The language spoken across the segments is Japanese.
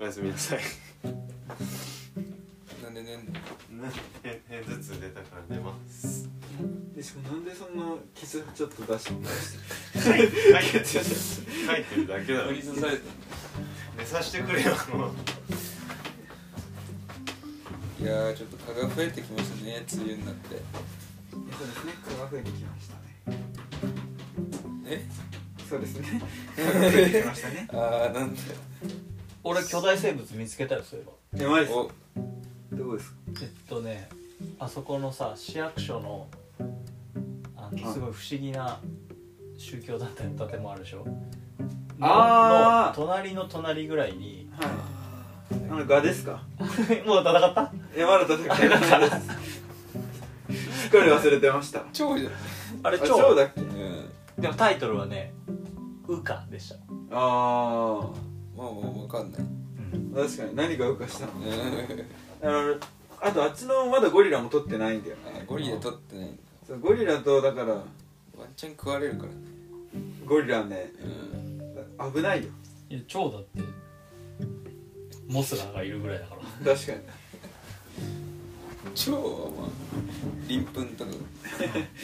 おやすみなさいなんでねなんで片頭痛出たから寝ますでしかもなんでそんなキスちょっと出し出 して書いてる書いてるだけ だろ取り寝刺されたさしてくれよもういやーちょっと蚊が増えてきましたね梅雨になってそうですね蚊が増えてきましたねえそうですね 蚊が増えてきましたねああなんだ俺巨大生物見つけたよそういえばえマジですおどうですかえっとねあそこのさ市役所のあのすごい不思議な宗教団体の建物あるでしょあーのの隣の隣ぐらいに はいあのガですかもう戦ったえまだ戦ってないですすっかり忘れてました蝶じゃんあれあ超蝶だっけうんでもタイトルはね「羽化」でした、あまあもうわかんないあ確かに何がうかしたのうんあのあとあっちのまだゴリラも撮ってないんだよねあゴリラ取ってないんだそうゴリラとだかワらンチャン食われるからねゴリラはねうん危ないよいや超だってモスラがいるぐらいだから確かに蝶はまあ鱗粉とか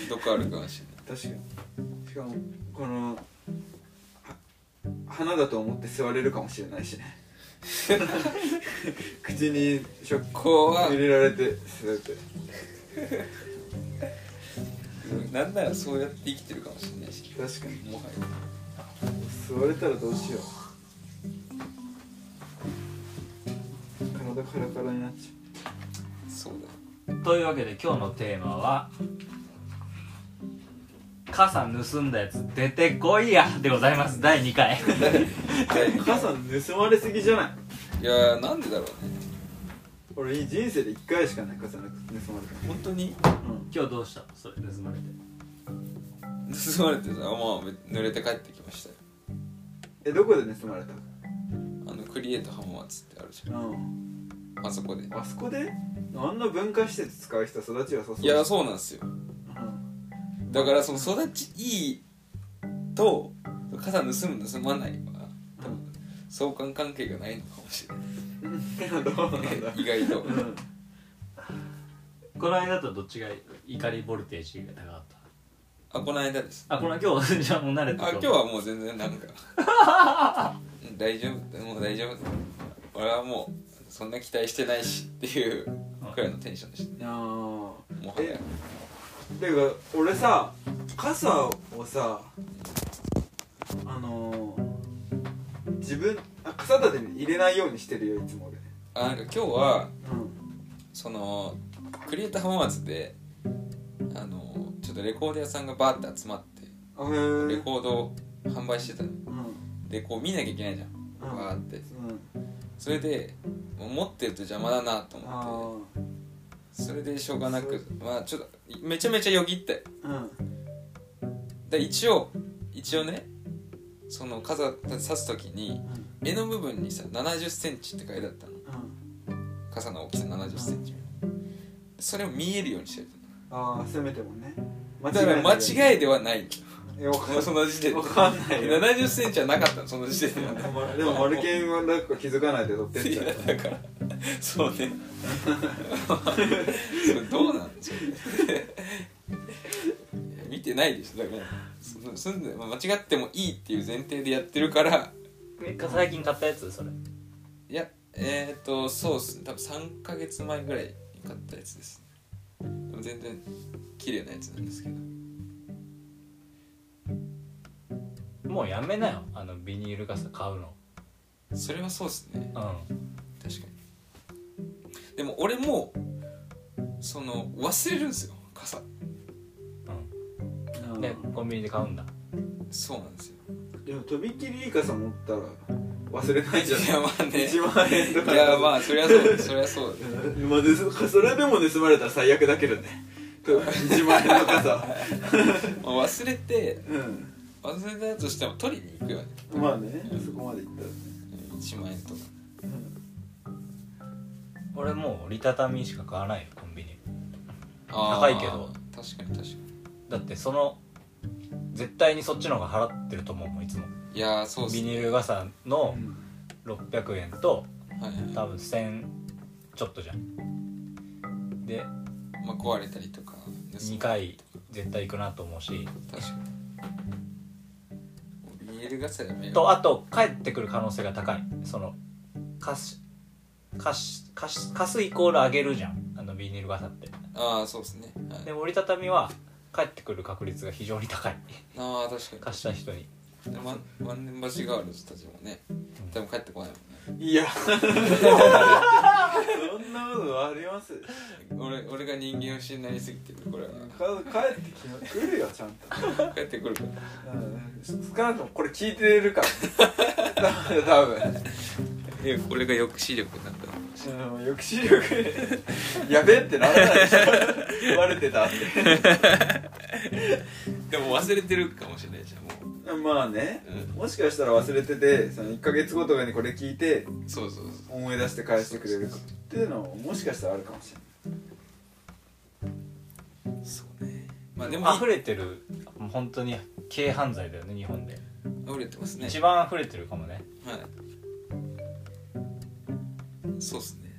毒あるかもし確かにしかもこのは花だと思って吸われるかもしれ ないしね口に食れない怖入っれられて吸われてうんなんならそうやって生きてるかもしれないし確かにもはや吸われたらどうしよう体カラカラになっちそうだよというわけで今日のテーマは「傘盗んだやつ出てこいや」でございます第2回ゃう傘盗まれすぎじゃないいやーなんでだろうね俺人生で1回しかない傘盗まれた本当にのうん今日どうしたそれ盗まれて盗まれてさまあ濡れて帰ってきましたよえどこで盗まれたあのクリエイト浜松ってあるじうんゃんあそこであそこであんな文化施設使う人育ち良さそういやそうなんですようんだからその育ちいいと傘盗む盗まないは多分相関関係がないのかもしれなうん どうなんだい意外 とうんこの間とどっちが怒りボルテージが高かっあこの間ですたあこの今日 じゃあもう慣れてあ今日はもう全然なんか うん大丈夫もう大丈夫俺はもうそんな期待してないしっていうくらいのテンションでしいやーたもはやていうか俺さ傘をさあのー、自分あ傘立てに入れないようにしてるよいつも俺あなんか今日はうんそのクリエイター浜松であのちょっとレコード屋さんがバーって集まってあへーレコードを販売してたのうんでこう見なきゃいけないじゃんうんバーってうんそれでもう持ってると邪魔だなと思っあてそれでしょうがなそくうまあちょっとめちゃめちゃよぎったよあうんで一応一応ねその傘刺す時にうん柄の部分にさ7 0ンチって書いてあったのうん傘の大きさ7 0ンチそれを見えるようにしてるああせめてもね間だから間え違いではないえわかんもう その時点でわかんないよ70センチは なかったのその時点ではない でも丸犬はなんか気づかないで取ってっいちゃうやだからそう ねそれどうなんですかねいや見てないでしょだからそのそんでまあ間違ってもいいっていう前提でやってるからえか最近買ったやつそれいやえっ、ー、とそうっすね多分3ヶ月前ぐらいに買ったやつですでも全然綺麗なやつなんですけどもうやめなよあのビニール傘買うのそれはそうっすねうん確かにでも俺もその忘れるんですよ傘ううんんでコンビニで買うんだそうなんですよでもとびっきりいい傘持ったら忘れないじゃんいやまあね1万円とかいやまあそりゃそうだそりゃ そうだまあ、盗それでも盗まれたら最悪だけどね1万円の傘まあ忘れてうん忘れたやつとしても取りに行くよねまあねそこまでいったらね、 1万円とか俺もう折りたたみしか買わないよコンビニあ高ーいけど確かに確かだってその絶対にそっちの方が払ってると思うもんいつもにいやーそうっすビねニール傘のうん600円とはいはいはい多分1000ちょっとじゃんでまあ壊れたりとか2回絶対行くなと思うし確かにビニール傘やめようとあと帰ってくる可能性が高いその貸し貸し貸し貸すイコール上げるじゃんあのビニール傘ってああそうですね、はいでも折りたたみは帰ってくる確率が非常に高い ああ確か貸した人ににで万万年橋ガールズたちもね多分帰ってこないもい やそんなことありますんね俺俺が人間を信頼しすぎてるこれかは帰ってきま来るよちゃんと帰ってくるからうん少なくともこれ聞いてるから 多分 いやこれが抑止力なんだうん抑止力 やべえってならないでしょバレてたって でも忘れてるかもしれないじゃんもまあねう、うんもしかしたら忘れててその1ヶ月後とかにこれ聞いてそうそうそう思い出して返してくれるっていうのももしかしたらあるかもしれないそうねまあでも溢れてるもう本当に軽犯罪だよね日本で溢れてますね一番溢れてるかもねはいそうっすね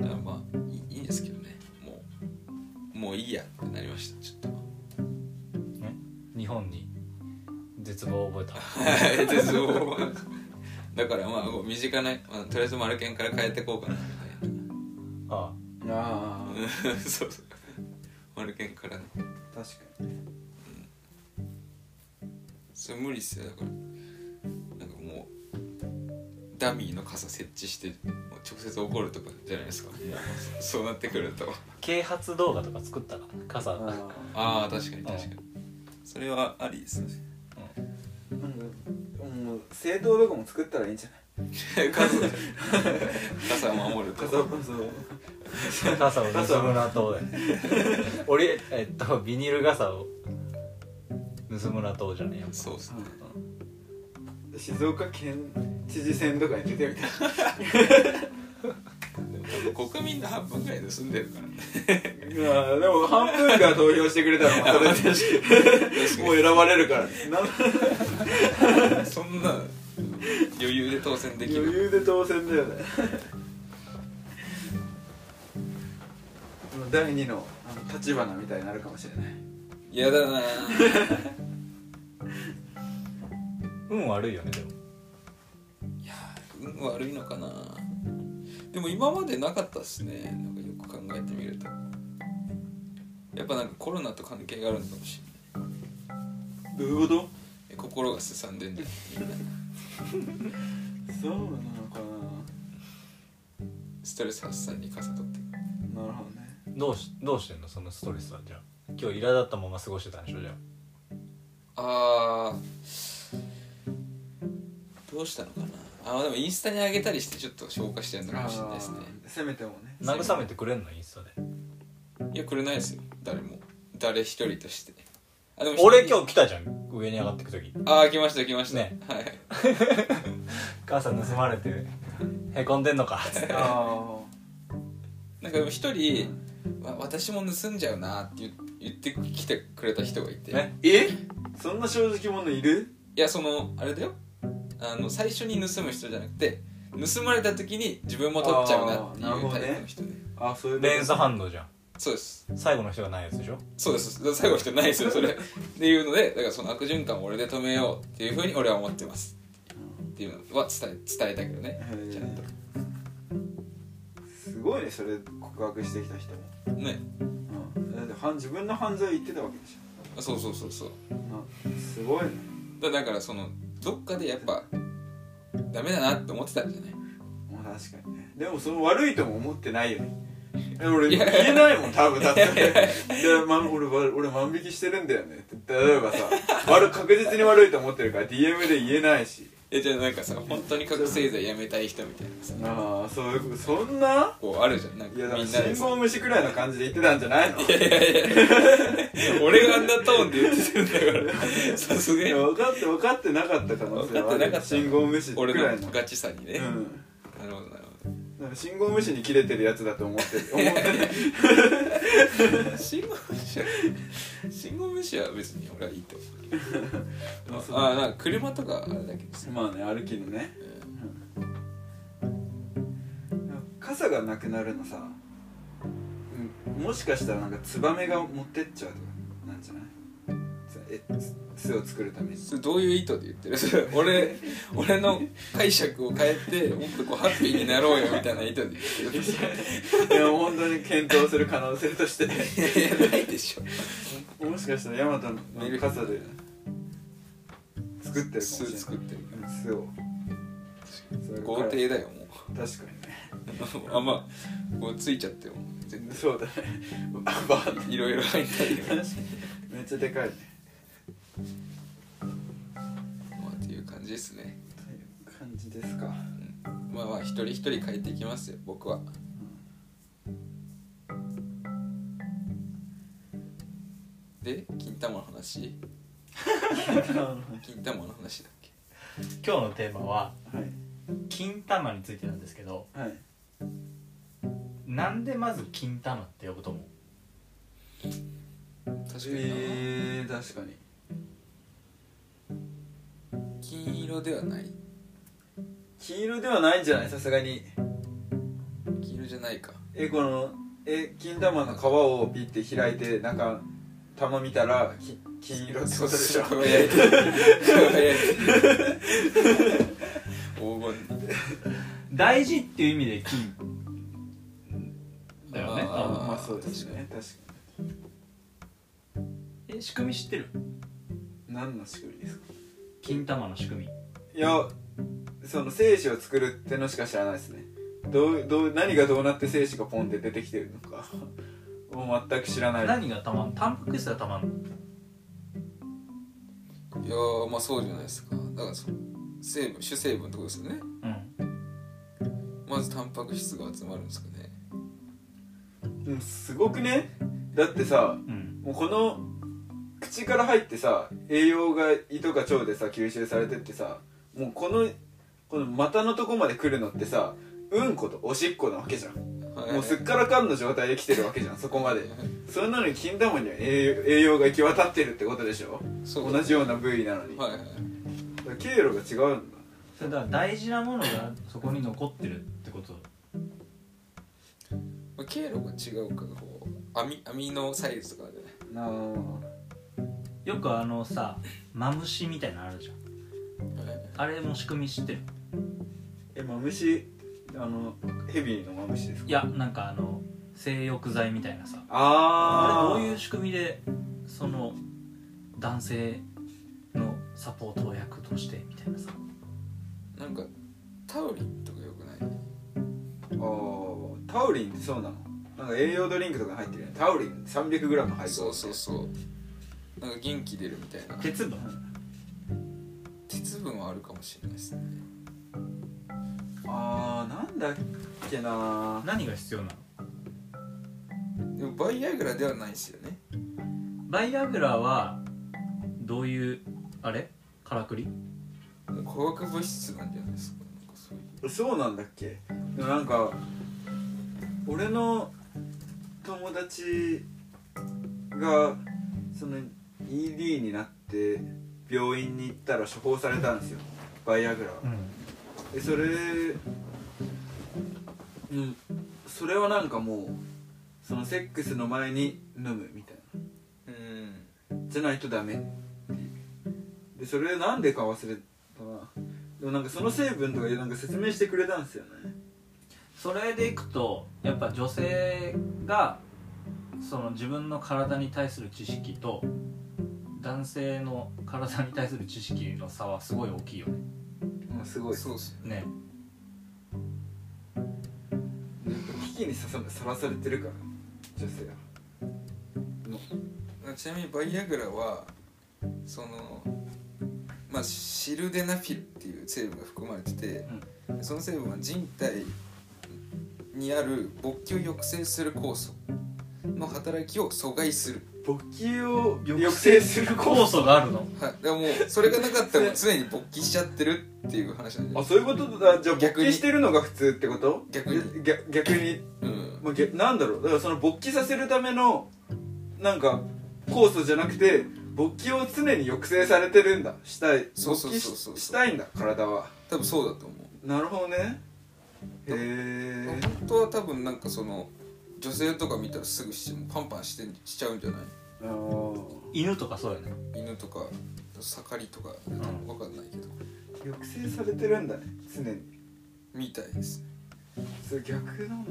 だからまあいいいいんですけどねもうもういいやってなりましたちょっとね日本に絶望を覚え たはいですよだからまあこう身近な、まあ、とりあえず丸ンから変えてこうかなみああたいな そうそう丸ンからねあ確かにそれ無理っすよだからなんかもうダミーの傘設置してもう直接怒るとかじゃないですかそうなってくるとあ啓発動画とか作ったら傘あああ確かに確かに、それはありですねーなんかもう政党とかも作ったらいいんじゃない傘傘を守るとそうそう傘を盗むなとで俺えっとビニール傘を盗むなとじゃねえやっ ぱそうですね静岡県知事選とかに出てみたいでも国民の半分ぐらい盗んでるからねな でも半分が投票してくれた らもうそれで もう選ばれるからな んそんな余裕で当選でき余る裕で当選だよね 第二のあの立花みたいになるかもしれないやだな運悪いよねでもいや運悪いのかなでも今までなかったっすねなんかよく考えてみるとやっぱなんかコロナと関係があるのかもしれないどういうことえ心がすさんでんじゃんみんなそうなのかなストレス発散に傘取ってなるほどねどうしどうしてんのそのストレスはじゃあ今日苛立ったまま過ごしてたんでしょじゃああーどうしたのかなあーでもインスタに上げたりしてちょっと消化してるのかもしれないですねあーせめても ね慰めてくれんのインスタでいやくれないですよ誰も誰一人としてあで俺日今日来たじゃん上に上がってく時あー来ました来ました、ねはい傘盗まれてへこんでんのかあなんかでも一人、わ私も盗んじゃうなって言言ってきてくれた人がいて、ねーえそんな正直者いるいやそのあれだよあの最初に盗む人じゃなくて盗まれた時に自分も取っちゃうなってあーなるいほうどタねイプの人ねあそういうこと連鎖反応じゃんそうです最後の人がないやつでしょそうです最後の人ないですよそれっていうのでだからその悪循環を俺で止めようっていうふうに俺は思ってますっていうのは伝え伝えたけどねへーちゃんとすごいねそれ告白してきた人も、ねうん、だって犯自分の犯罪を言ってたわけでしあそうそうそうそうょなすごいねだだからそのどっかでやっぱダメだなって思ってたんじゃないまあ確かにねでもその悪いとも思ってないよねえ俺言えないもん多分だってで、ま、俺わ俺万引きしてるんだよねって例えばさ悪確実に悪いと思ってるから DM で言えないしえじゃあなんかさ本当に覚醒剤やめたい人みたいなさああそういうそんなこうあるじゃんなんかいみやんだなからで信さ号無視くらいの感じで言ってたんじゃないのい俺があんなトーンで言ってるんだからさすがやに分かって分かってなかった可能性分かはあっるてなかった信号無視く俺らいののガチさにね、うんなるほどなるほだから信号無視に切れてるやつだと思ってる 思ってるど信号無視は信号無視は別に俺はい いと思うけどああなんか車とかあれだけどさまあね歩きのね、うんうん傘がなくなるのさうんもしかしたらなんかツバメが持ってっちゃうとかなんじゃないつえつ巣を作るためにそれどういう意図で言ってるそれ俺俺の解釈を変えてもっとこうハッピーになろうよみたいな意図で言ってるいや本当に検討する可能性としていやいやないでしょもしかしたらヤマトの傘で作ってるかもしれ巣ない作ってるうん巣をそれ豪邸だよも確かにねう あまあこうついちゃってよ全然そうだね あバーンいろいろ入ったり確かにめっちゃでかいねまあっていう感じですねという感じで すかまあまあ一人一人変えていきますよ僕はで金玉の話今金玉の話だっけ日のテーマははい金玉についてなんですけどはいなんでまず金玉って呼ぶと思う確かにな、えー、確かに金色ではない黄色ではないんじゃないさすがに黄色じゃないかえこのえ金玉の皮をピッて開いてなんか玉見たらき金色ってことでしょ輝いてる輝いてる黄金大事っていう意味で金だよねあー多 分まあそうですね確かえ仕組み知ってるに何の仕組みですか金玉の仕組みいやその精子を作るってのしか知らないですねどうどう何がどうなって精子がポンって出てきてるのかもう全く知らない何がたまんタンパク質がたまんのいやーまあそうじゃないですかだからその成分主成分ってことですよねうんまずタンパク質が集まるんですかねうんすごくねだってさうんもうこの口から入ってさ栄養が胃とか腸でさ吸収されてってさもうこのこの股のとこまで来るのってさうんことおしっこなわけじゃんはいもうすっからかんの状態で来てるわけじゃんそこまでそれなのに金玉には栄養栄養が行き渡ってるってことでしょそう同じような部位なのに、はいはいだから経路が違うんだそれだから大事なものがそこに残ってるってことまあ、経路が違うからこう網網のサイズとかでねなあよくあのさマムシみたいなのあるじゃんあれも仕組み知ってるえマムシあのヘビのマムシですかいやなんかあの性欲剤みたいなさああーれどういう仕組みでその男性のサポート役としてみたいなさなんかタウリンとかよくないああタウリンってそうなのなんか栄養ドリンクとかに入ってるよねタウリン 300g 入ってるそうそうそうなんか元気出るみたいな鉄分鉄分はあるかもしれないですねあーなんだっけな何が必要なのでもバイアグラではないですよねバイアグラはどういうあれからくり化学物質なんじゃないですかなんかそういうそうなんだっけでもなんか俺の友達がその ED になって病院に行ったら処方されたんですよバイアグラをんでそれうんそれはなんかもうそのセックスの前に飲むみたいなうんじゃないとダメっていうでそれなんでか忘れたなでもなんかその成分とかなんか説明してくれたんですよねそれでいくとやっぱ女性がその自分の体に対する知識と男性の体に対する知識の差はすごい大きいよねもうすごいそうっすねなんか危機にさささらされてるから女性がちなみにバイアグラはそのまあシルデナフィルっていう成分が含まれてて、その成分は人体にある勃起を抑制する酵素の働きを阻害する勃起を抑制する酵素があるのはい、だからもうそれがなかったらもう常に勃起しちゃってるっていう話なんあでそういうことだじゃあ逆勃に起してるのが普通ってこと逆に逆逆にうんまあ、げなんだろうだからその勃起させるためのなんか酵素じゃなくて勃起を常に抑制されてるんだしたいそう勃そう起そうそうししたいんだ体は多分そうだと思うなるほどねへえ本当は多分なんかその女性とか見たらすぐしパンパンしてしちゃうんじゃないあー犬とかそうよね犬とか盛りとかんわかんないけど、抑制されてるんだね常にみたいですねそれ逆なん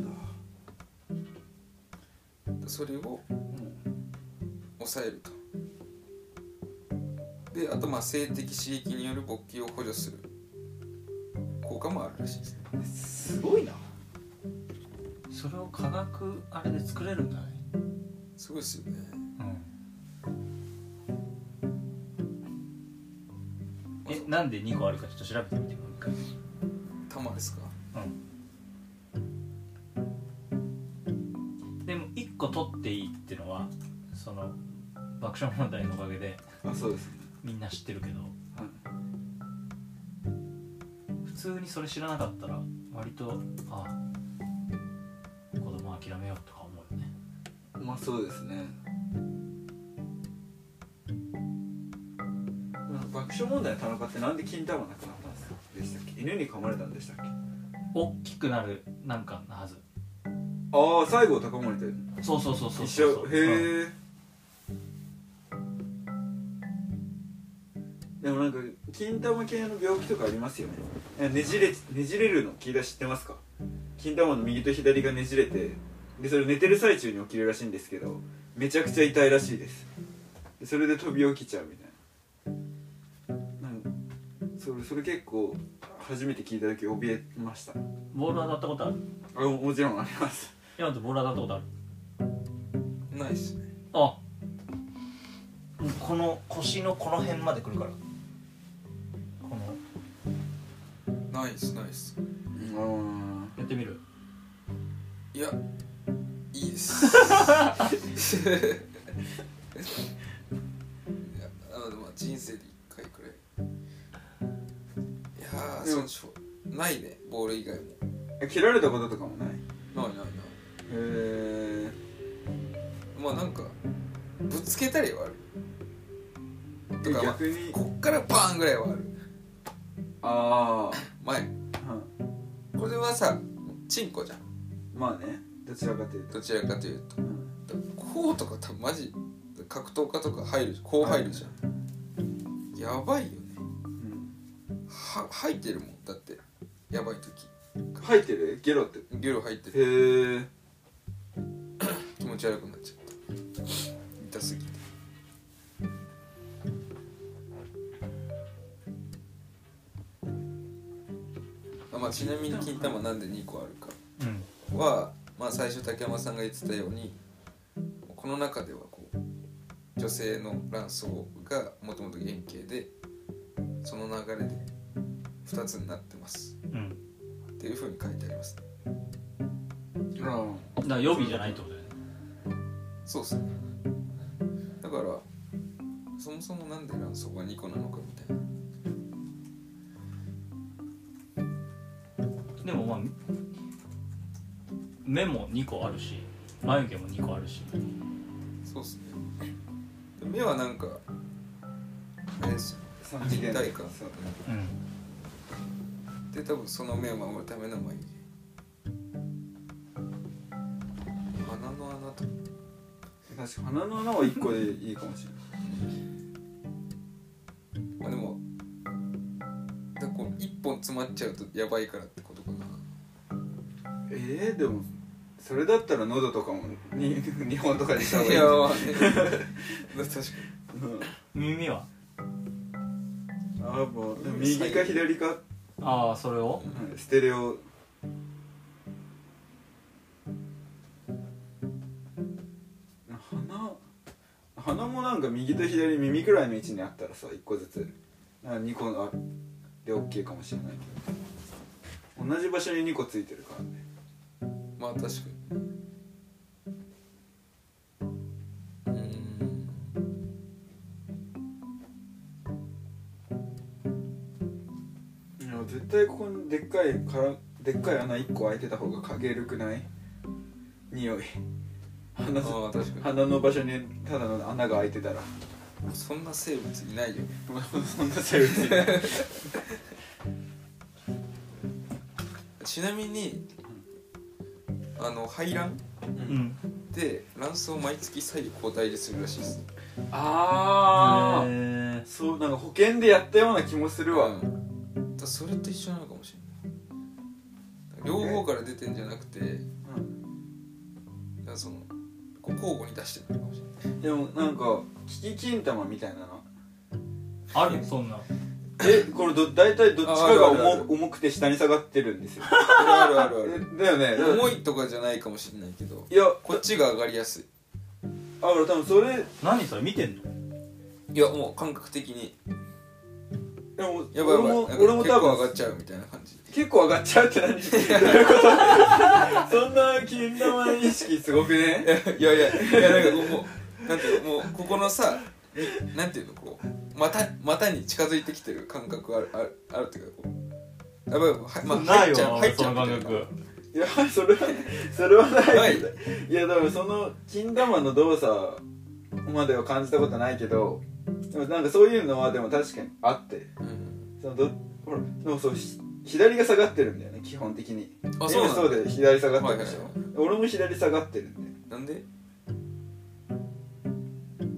だ、それをうん、抑えるとであとまあ性的刺激による勃起を補助する効果もあるらしいですねすごいなそれを科学あれで作れるんだねすごいですよねえなんで2個あるかちょっと調べてみてもう一回玉ですかでも1個取っていいっていうのはその爆笑問題のおかげであそうですね、みんな知ってるけどはい、普通にそれ知らなかったら割とあ子供諦めようとか思うよねまあそうですね爆笑問題の田中ってなんで金玉なくなったんですかでしたっけ犬に噛まれたんでしたっけ大きくなるなんかなはずああ最後高森とそうそうそうそう一そう緒へえ、でもなんか金玉系の病気とかありますよねねじれねじれるの聞いた知ってますか金玉の右と左がねじれてでそれ寝てる最中に起きるらしいんですけどめちゃくちゃ痛いらしいですでそれで飛び起きちゃうみたいななんかそれそれ結構初めて聞いた時怯えましたボール当たったことあるあももちろんありますヤマトボール当たったことあるないですねあうんこの腰のこの辺まで来るからこのないですないですうんやってみるいやいいですいやあのまあ人生で一回くらいいやーでそもうしょうないねボール以外もえ切られたこととかもないへないないないえまあなんかぶつけたりはあるとか、まあ、逆にこっからバーンぐらいはあるあ前あ、これはさチンコじゃんまあねどちらかというと、どちらかというとこうとか多分マジ格闘家とか入るじゃんこう入るじゃん、やばいよねうん、は入ってるもんだってやばい時入ってるゲロってへゲロ入ってるえ気持ち悪くなっちゃった痛すぎてあまあちなみに金玉なんで2個あるかうんは、まあ、最初竹山さんが言ってたようにこの中ではこう女性の卵巣がもともと原型でその流れで2つになってますうんっていうふうに書いてありますうんだから予備じゃないってことだよねそうっすねだからそもそもなんで卵巣が2個なのかみたいなでもまあ目も2個あるし眉毛も2個あるしそうっすねで目はなんかあれですよ三次元立体感そううんで多分その目を守るための眉毛鼻の穴と確か鼻の穴は一個でいいかもしれないまあでもだからこう1本詰まっちゃうとやばいからってことかなえー、でもそれだったら喉とかもに日本とかにした方がい いやばい 確かうん、耳はあもうでも右か左か、はああそれをい、ステレオ鼻鼻もなんか右と左耳くらいの位置にあったらさ1個ずつなんか2個あで OK かもしれないけど同じ場所に2個ついてるからねにまあ確かにうんいや絶対ここにでっかいからでっかい穴1個開いてた方が影るくない匂い鼻ああ確か鼻の場所にただの穴が開いてたらにそんな生物いないよねそんな生物いないちちなみにあの排卵うんで卵巣を毎月左右交代でするらしいですああへそうなんか保険でやったような気もするわ、うん、だからそれと一緒なのかもしれない両方から出てんじゃなくて、だからそのこう交互に出してるのかもしれないでもなんかキキ金玉みたいなのーあるそんなえこれど大体どっちかがああるあるあ重る重くて下に下がってるんですよあるあるあるえだよねあだるから重いとかじゃないかもしれないけどいやこっちが上がりやすいあ俺多分それ何それ見てんのいやもう感覚的にでもやばいやばい俺もなんか俺も結多構分上がっちゃうみたいな感 じ結構上がっちゃうって何どういうこと そんな金玉意識すごくね いやいやいやなんかこうもうなんていうのもうここのさなんていうのこう股股に近づいてきてる感覚あるあるあるっていうかこうやばいやばいは、まあ、ない入っちゃうよ入っちそゃうのみたい感な覚いやそれはそれはないないいやだからその金玉の動作までは感じたことないけどでもなんかそういうのはでも確かにあってうんそのどほらでもそうひ左が下がってるんだよね基本的にあそうなんだ今そうで左下がってるでしょ、はいは俺も左下がってるんでなんで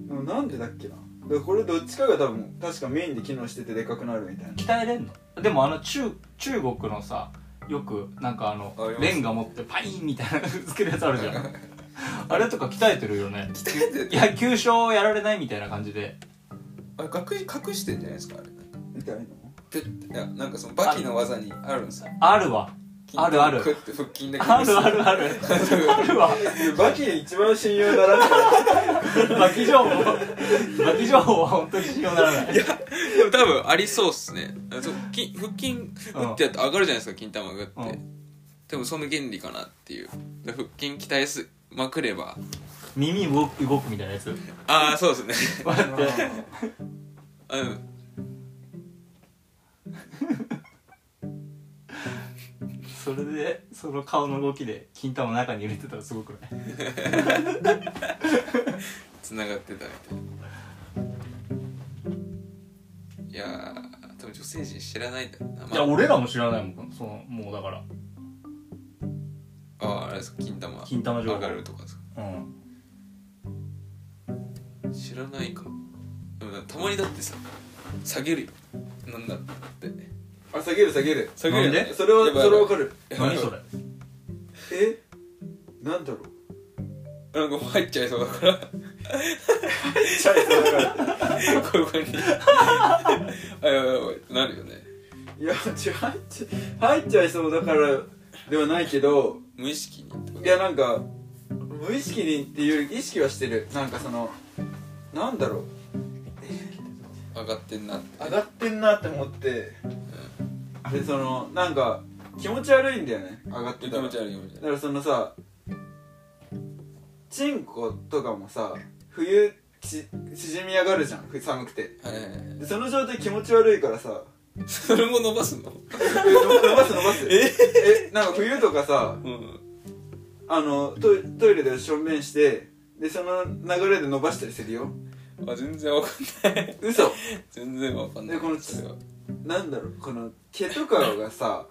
でもなんでだっけなだからこれどっちかが多分確かメインで機能しててでかくなるみたいな鍛えれんのでもあの中中国のさよくなんかあのありますレンガ持ってパインみたいな作るやつあるじ ゃんあれとか鍛えてるよね鍛えてるいや急所をやられないみたいな感じであれ学園隠してんじゃないですかあれなんかみたいなピュッていやなんかそのバキの技にあるんですよあるわ筋肉あるあるクッて腹筋だけあるあるある あるわバキ一番信用ならないバキ情報バキ情報は本当に信用ならないでも多分ありそうっすねあそう筋腹筋打ってやって上がるじゃないですか金玉がって、うでもその原理かなっていうで腹筋鍛えすまくれば耳動く動くみたいなやつああそうですね 待ってうんそれでその顔の動きで金玉の中に入れてたらすごくないつながってたみたいないやー多分女性陣知らないんだろうな、まあ、いや俺らも知らないもんそのもうだからあーあれですか金玉金玉情報上がるとかですかうん知らないかもでもなんかたまにだってさ下げるよなんだってあ下げる下げる下げるよなんでそれはやばいそれわかるやばい何それえなんだろうなんかもう入っちゃいそうだからチャイスだからここにあやばいやばいなるよねいや違う入っちゃ入っちゃいそうだからではないけど無意識にってこといやなんか無意識にっていうより意識はしてるなんかそのなんだろう上がってんなって上がってんなって思ってでそのなんか気持ち悪いんだよね上がって気たら持ちだ悪い気持ち悪いからそのさチンコとかもさ冬ち縮み上がるじゃんふ寒くてはいはいはいでその状態気持ち悪いからさそれも伸ばすの伸ばす伸 ばすえなんか冬とかさうんあのトイトイレでしょんべんしてでその流れで伸ばしたりするよあ全然わかんない嘘全然わかんないでこのそれはなんだろうこの毛とかがさ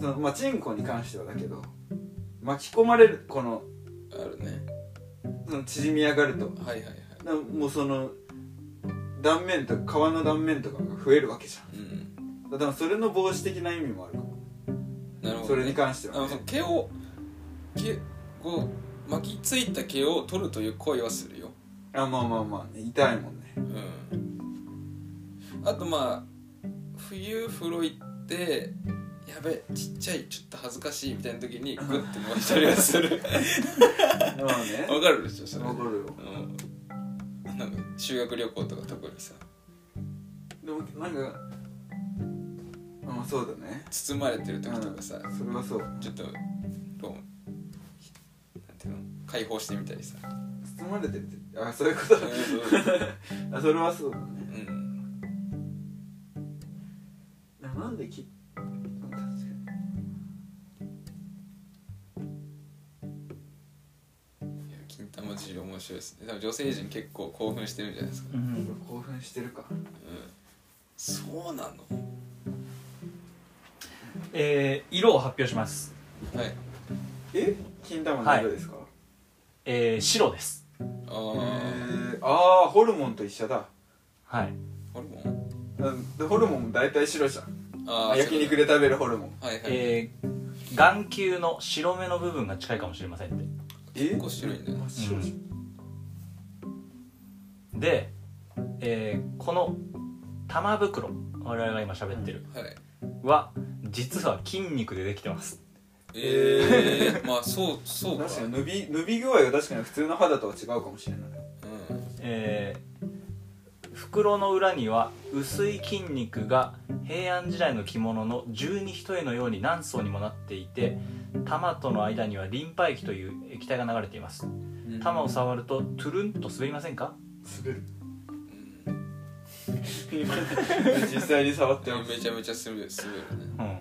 そのまあチンコに関してはだけど巻き込まれるこのあるねその縮み上がるとはいはいはいなもうその断面とか皮の断面とかが増えるわけじゃうんんだからそれの防止的な意味もあるかもなるほどねそれに関してあは、のその毛を毛こう巻きついた毛を取るという行為はするよあまあまあまあね痛いもんねうんあとまあ冬風呂行ってやべちっちゃいちょっと恥ずかしいみたいな時にグッて伸ばしたりはす るまあねわかるでしょ それわかるようんなんか修学旅行とか特にさでもなんかまあそうだね包まれてる時とかさ、うんそれはそうちょっとこうなんていうの解放してみたりさ包まれてるってあそういうことだあそれはそうだねうんでもなんでき確かにいや金玉汁面白いですね多分女性陣結構興奮してるんじゃないですか、うん興奮してるかうん、そうなのえー色を発表します、はいえ金玉の色ですか、えー白ですあえーーあーホルモンと一緒だはいホルモンうんでホルモンも大体白じゃんあー焼肉で食べるホルモンはいはいえー眼球の白目の部分が近いかもしれませんってえ結構白いね真っ白じで、えーこの玉袋我々が今喋ってるはいは実は筋肉でできてますえーまあそうそゃんうか確かに伸び伸び具合が確かに普通の肌とは違うかもしれないうんえー袋の裏には薄い筋肉が平安時代の着物の十二一重のように何層にもなっていて玉との間にはリンパ液という液体が流れています玉を触るとトゥルンと滑りませんか滑るうん実際に触ってますめちゃめちゃ滑る滑るね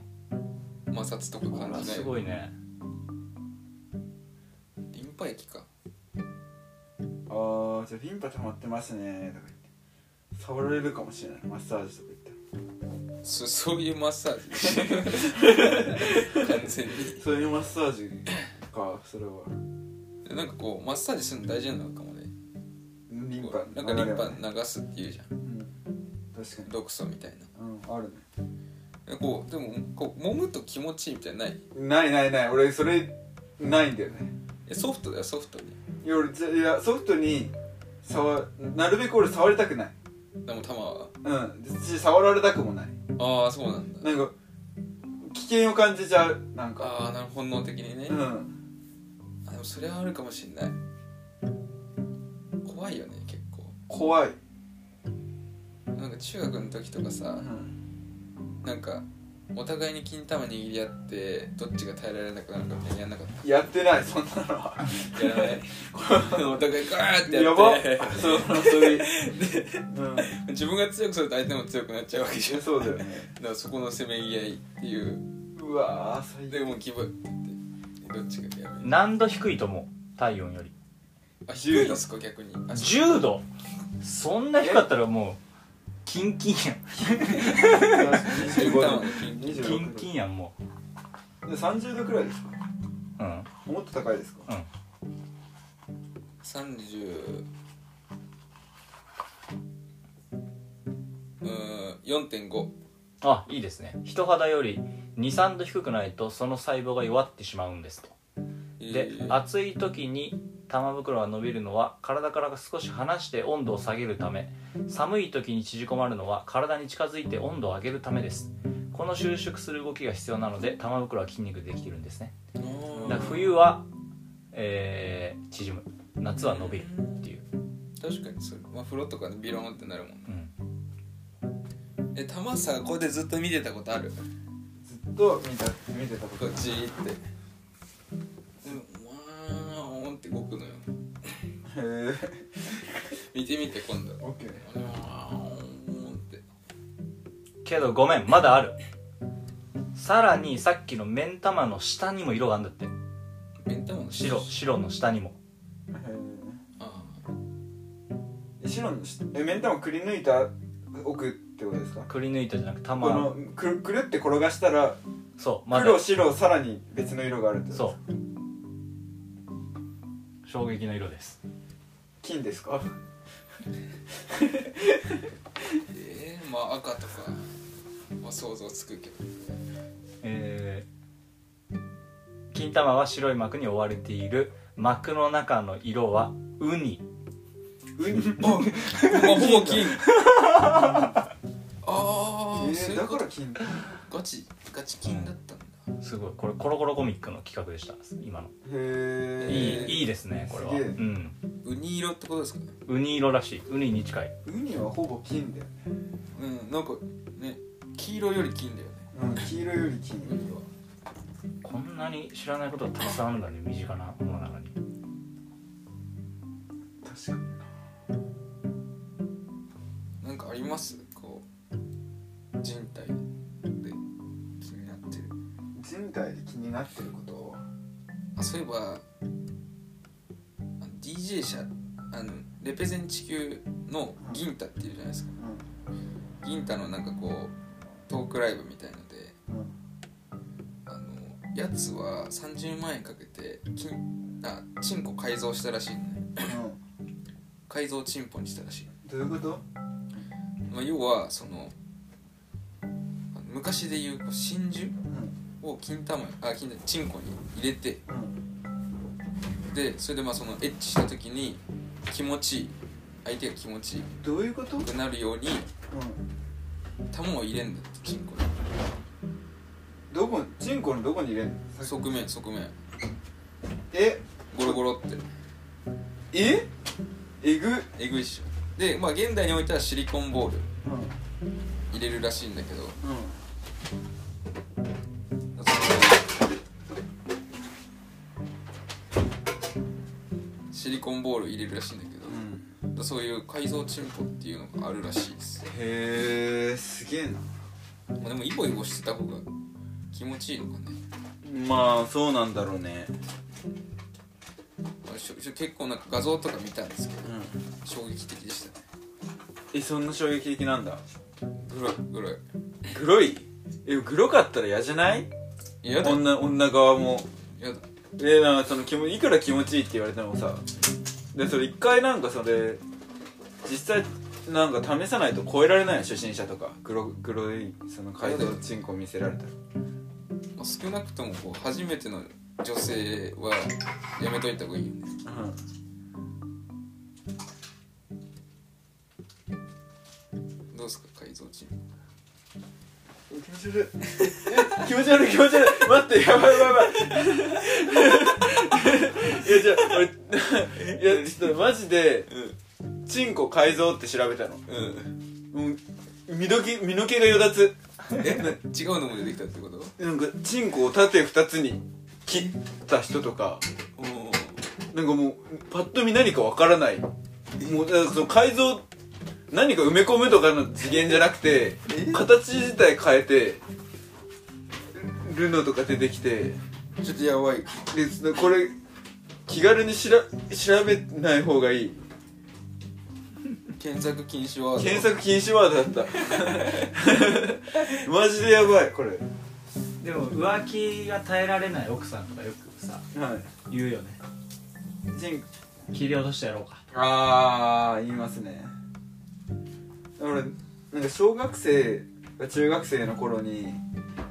うん摩擦とか感じないすごいねリンパ液かあーじゃあリンパ溜まってますねとか言って触られるかもしれないマッサージとか言っそ そういうマッサージ完全にてそういうマッサージかそれはでなんかこうマッサージするの大事なのかもねリンこパうなんかリンパ流すっていうじゃうんん確かに毒素みたいうんあるねなでこうでもこう揉むと気持ちいいみたいなのないないないない俺それないんだよねえソフトだよソフトにいや俺じゃいやソフトに触なるべく俺触りたくないでも玉はうんし触られたくもないああそうなんだなんか危険を感じちゃうなんかああなるほど本能的にね、うんあでもそれはあるかもしんない怖いよね結構怖い、なんか中学の時とかうさん、なんかお互いに金玉握り合ってどっちが耐えられなくなるかみたいにやんなかっやってないそんなのはたやらない お互いガーってやばやってそうそういう、うん、自分が強くすると相手も強くなっちゃうわけじゃんだそうだよねからそこのせめぎ合いっていううわー最で低もうギブアップってどっちがやばい何度低いと思う体温よりあ低いんですか逆にあそう10度そんな低かったらもうキンキンやん金玉25度の金26キンキン度やんもで30度くらいですかううんもっと高いですか30うーん4.5あいいですね人肌より23度低くないとその細胞が弱ってしまうんですとでえー暑い時に玉袋が伸びるのは体から少し離して温度を下げるため寒い時に縮こまるのは体に近づいて温度を上げるためですこの収縮する動きが必要なので玉袋は筋肉でできてるんですねあだーから冬は、えー縮む夏は伸びるっていう、確かにそれ、まあ、風呂とかでビローンってなるもんねうん、え玉さこれでずっと見てたことあるずっと見た見てたこことっちーってでもわーんって動くのよへえ見てみて今度わ OK ーんってけどごめんまだあるさらにさっきの目ん玉の下にも色があるんだって目ん玉の白白の下にもあえ白のしえ目ん玉くり抜いた奥ってことですかくり抜いたじゃなくこ玉のくるくるって転がしたらそうまだ黒白さらに別の色があるってことそう衝撃の色です金ですかーえー、まあ赤とかまあ想像つくけどえー金玉は白い膜に覆われている膜の中の色はウニウニあ、魔法 金。ああ、えそういうー、だこからと。金ガチ、ガチ金だったんだ。すごいこれコロコロコミックの企画でした今のへいえいいいですねこれはうすげえんウニ色ってことですかね。ウニ色らしいウニに近いウニはほぼ金だよね、うん、なんか、ね、黄色より金だよね。うん、黄色よりウ金ニは。こんなに知らないことがたくさんあるんだね身近なものの中に確かになんかあります。こう。人体。で。気になってる。人体で気になってることあ、そういえば。あの DJ 社。あの、レペゼン地球。の銀太っていうじゃないですか。銀太のなんかこう。トークライブみたいので。うんやつは30万円かけて金あチンコ改造したらしいのね改造チンポにしたらしい、どういうことまあ、要はそのあの昔で言うこう真珠うんを金玉あ金玉チンコに入れてうんでそれでまあそのエッチした時に気持ちいい相手が気持ちよどういうことうんくなるように玉を入れんだってチンコにどこチンコのどこに入れんの側面側面えゴロゴロってええぐえぐいっしょでまあ現代においてはシリコンボールうん入れるらしいんだけどうんシリコンボール入れるらしいんだけど、うんそういう改造チンポっていうのがあるらしいです、へえすげえなまあ、でもイボイボしてた方が気持ちいいのかねまあそうなんだろうねあしょしょ結構なんか画像とか見たんですけどうん衝撃的でしたねえそんな衝撃的なんだグロいグロいグロいえグロかったら嫌じゃないいややだや女女側もだでなんかその気もいくら気持ちいいって言われてもさでそれ一回なんかそれ実際なんか試さないと超えられないよ初心者とかグログロいその改造チンコ見せられたらまあ少なくともこう初めての女性はやめといた方がいいよねどうですか改造チンポうん気持ち悪い気持ち悪い気持ち悪い待ってやばいやばいやばいいやじゃあ俺いやちょっとマジで、チンコ改造って調べたのうんもう身の毛身の毛がよだつえな違うのも出てきたってことなんかチンコを縦二つに切った人とかおーなんかもうパッと見何かわからないもうだからその改造何か埋め込むとかの次元じゃなくて形自体変えてるのとか出てきてちょっとやばいでそのこれ気軽にしら調べない方がいい検索禁止ワード検索禁止ワードだった マジでやばいこれはいでも浮気が耐えられない奥さんとかよくさ言うよねチン切り落としてやろうかああ言いますね俺なんか小学生中学生の頃に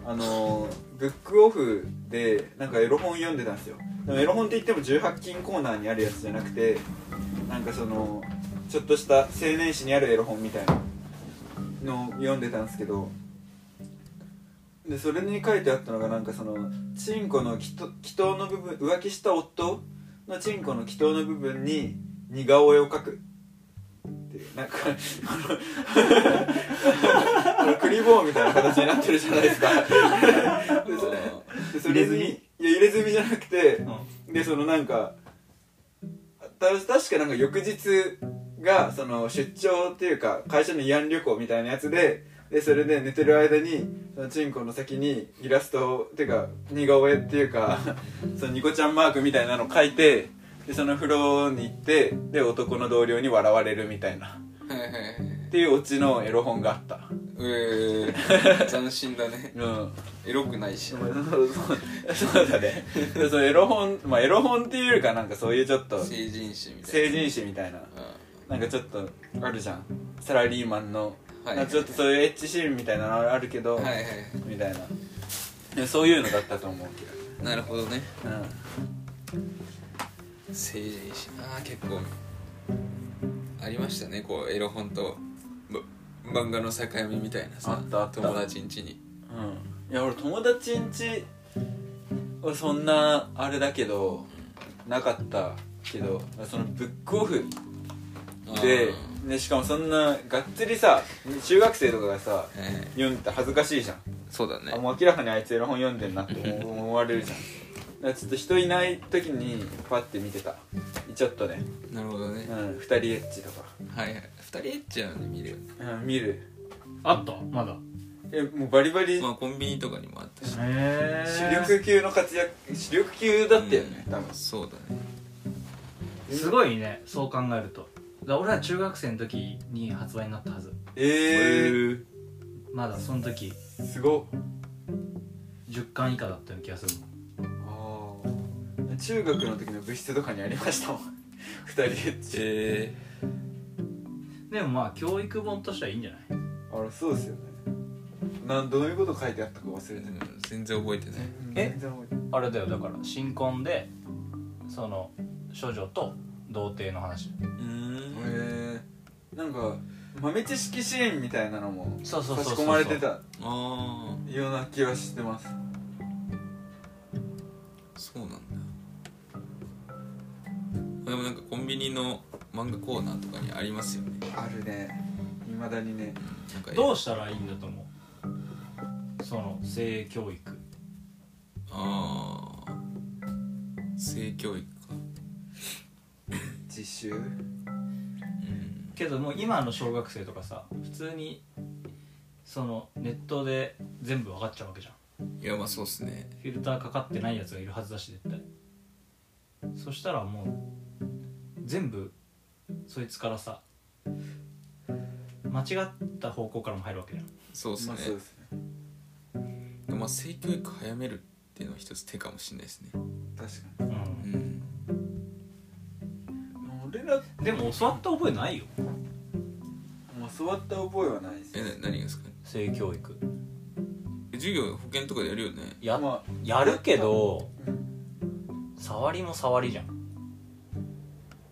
あのーブックオフでなんかエロ本読んでたんですよでもエロ本って言っても18禁コーナーにあるやつじゃなくてなんかそのちょっとした青年誌にあるエロ本みたいなのを読んでたんですけどでそれに書いてあったのがなんかそのチンコの祈祷祈祷の部分浮気した夫のチンコの祈祷の部分に似顔絵を描くっていうなんかあの クリボーみたいな形になってるじゃないですかでそれでそれにいや入れ墨じゃなくてでそのなんかた確かなんか翌日がその出張っていうか会社の慰安旅行みたいなやつででそれで寝てる間にそのチンコの先にイラストをっていうか似顔絵っていうか そのニコちゃんマークみたいなの書いてでその風呂に行ってで男の同僚に笑われるみたいなはいはいはいっていうオチのエロ本があったえー、 斬新だねうんエロくないしそうそうそうだねでそのエロ本まあエロ本っていうよりかなんかそういうちょっと成人誌みたい成人誌みたいなななんかちょっとあるじゃんサラリーマンの、うんはいなんかちょっとそういうエッチシーンみたいなのあるけど、はいはいはみたいなでそういうのだったと思うけいなるほどねど、うん、成人誌ああ結構ありましたねこうエロ本とま漫画の境目みたいなさあったあった友達ん家にうんいや俺友達ん家はそんなあれだけどなかったけどそのブックオフででしかもそんながっつりさ中学生とかがさあーえ読んでたら恥ずかしいじゃん、ーそうだあねもう明らかにあいつエロ本読んでんなって 思思われるじゃんだからちょっと人いない時にパッて見てたちょっとね、なるほどうねん、二人エッチとか、はいはい二人エッチなので見るよねうん、見るあったまだえもうバリバリまあコンビニとかにもあったしへ主力級の活躍主力級だったよね、うん多分そうだねすごいねそう考えるとだから俺は中学生の時に発売になったはずええまだその時すごっ10巻以下だったような気がするもん中学の時の部室とかにありましたもん 二人エッチえでもまあ教育本としてはいいんじゃないあれそうですよねなんどういうこと書いてあったか忘ーれてたうん全然覚えてないえ全然覚えてあれだよだから新婚でその処女と童貞の話うんないへえなんか豆知識支援みたいなのもそうそう差そうしそう込まれてたあような気はしてますあそうなんだでもなんかコンビニの漫画コーナーとかにありますよねあるねいまだにねなんかどううしたらいいんだと思うその性教育ああ性教育か実習うんけどもう今の小学生とかさ普通にそのネットで全部分かっちゃうわけじゃんいやまあそうっすねフィルターかかってないやつがいるはずだし絶対そしたらもう全部そいつからさ間違った方向からも入るわけじゃんそうっすまねあそうですねでもまあ性教育早めるっていうのは一つ手かもしれないですね確かうんうんに俺らでも教わった覚えないよ教わった覚えはないですえな何がですかね性教育え授業保険とかでやるよねや,、まやるけどあうん触りも触りじゃん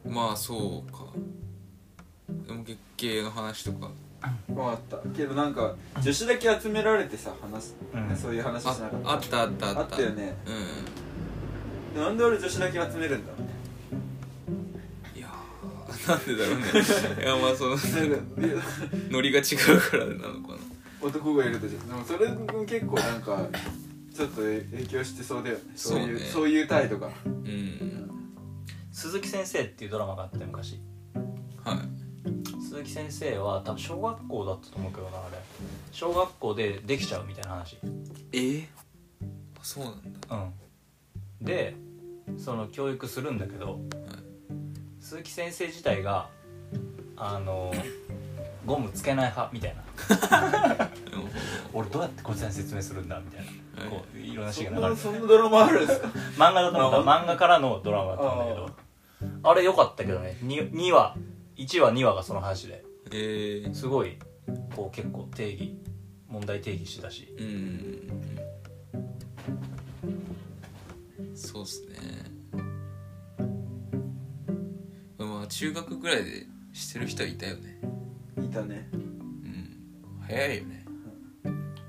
まあそうかでも月経の話とかわかったけどなんか女子だけ集められてさ話す、うんそういう話しなあかったあったあったあったあったよねうなんで俺女子だけ集める んだんいやーなんでだろうねいやまあそのなんかノリが違うからなのかな男がいるとじゃでもそれ結構なんかちょっと影響してそうだよねそういうそうねそういう態度がうん鈴木先生っていうドラマがあって昔は鈴木先生は多分小学校だったと思うけどなあれ小学校でできちゃうみたいな話いえあそうなんだうんでその教育するんだけど、鈴木先生自体があのゴムつけない派みたいなでも俺どうやってこいつらに説明するんだみたいな、はいこういろんなシーそンんが流なれてそんなドラマあるんですか漫画だと思ったあ漫画からのドラマだったんだけどあれ良かったけどね 2, 2話1話2話がその話でえーすごいこう結構定義問題定義してたしうんそうっすねまあ中学ぐらいでしてる人はいたよねいたねうん早いよね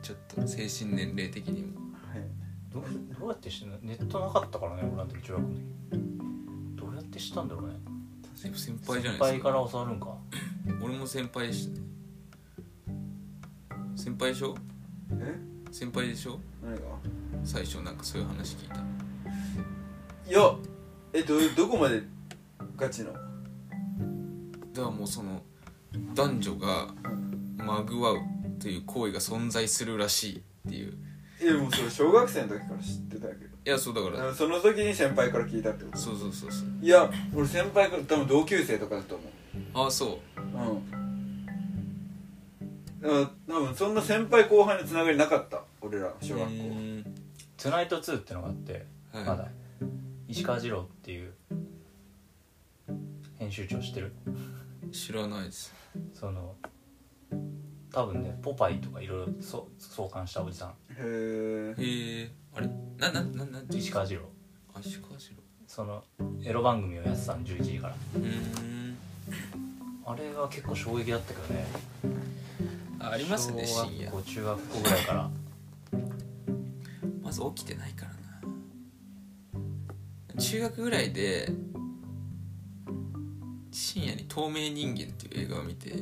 ちょっと精神年齢的にもはいどうどうやってしてんのネットなかったからね俺なんて中学の時どうやってしたんだろうねでも先輩じゃな先いで輩すかから教わるんか俺も先輩でしたね先輩でしょえ先輩でしょ何が最初なんかそういう話聞いたいやえどどこまでガチのだからもうその男女がまぐわうという行為が存在するらしいっていうえもうそれ小学生の時から知ってたけいやそうだからどその時に先輩から聞いたってことそうそうそうそういや俺先輩から多分同級生とかだと思うああそうんだから多分そんな先輩後輩のつながりなかった俺らう小学校うーん「トゥナイト2」ってのがあってはい、まだ石川二郎っていう編集長知ってる知らないですその多分ね「ポパイ」とかいろいろそ創刊したおじさんへえへえあれななななんて石川二郎あしかしろそのエロ番組をやってたの11時からうーんあれが結構衝撃だったけどねあありますね深小学夜校中学校ぐらいからまず起きてないからな中学ぐらいで深夜に「透明人間」っていう映画を見て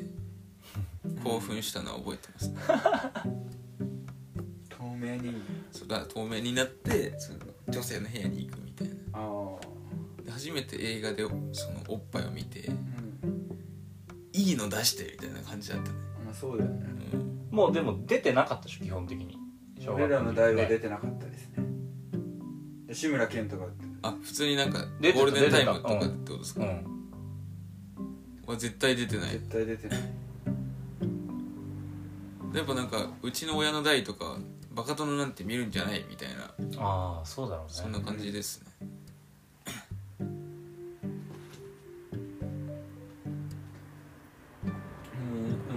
興奮したのは覚えてますね透明人そうだから透明になってその女性の部屋に行くみたいな間ああで初めて映画でそのおっぱいを見てうん「いいの出して」みたいな感じだったね、まあそうだようねん、もうでも出てなかったでしょ基本的に小俺学ら校のの代時はね出てなかったですね志村けんとかだってあ普通になんかゴ出てたールデンタイムと出てかったてことですうか、んは絶対出てない絶対出てないやっぱなんかうちの親の代とかバカ殿なんて見るんじゃないみたいなああそうだろうねそんな感じですね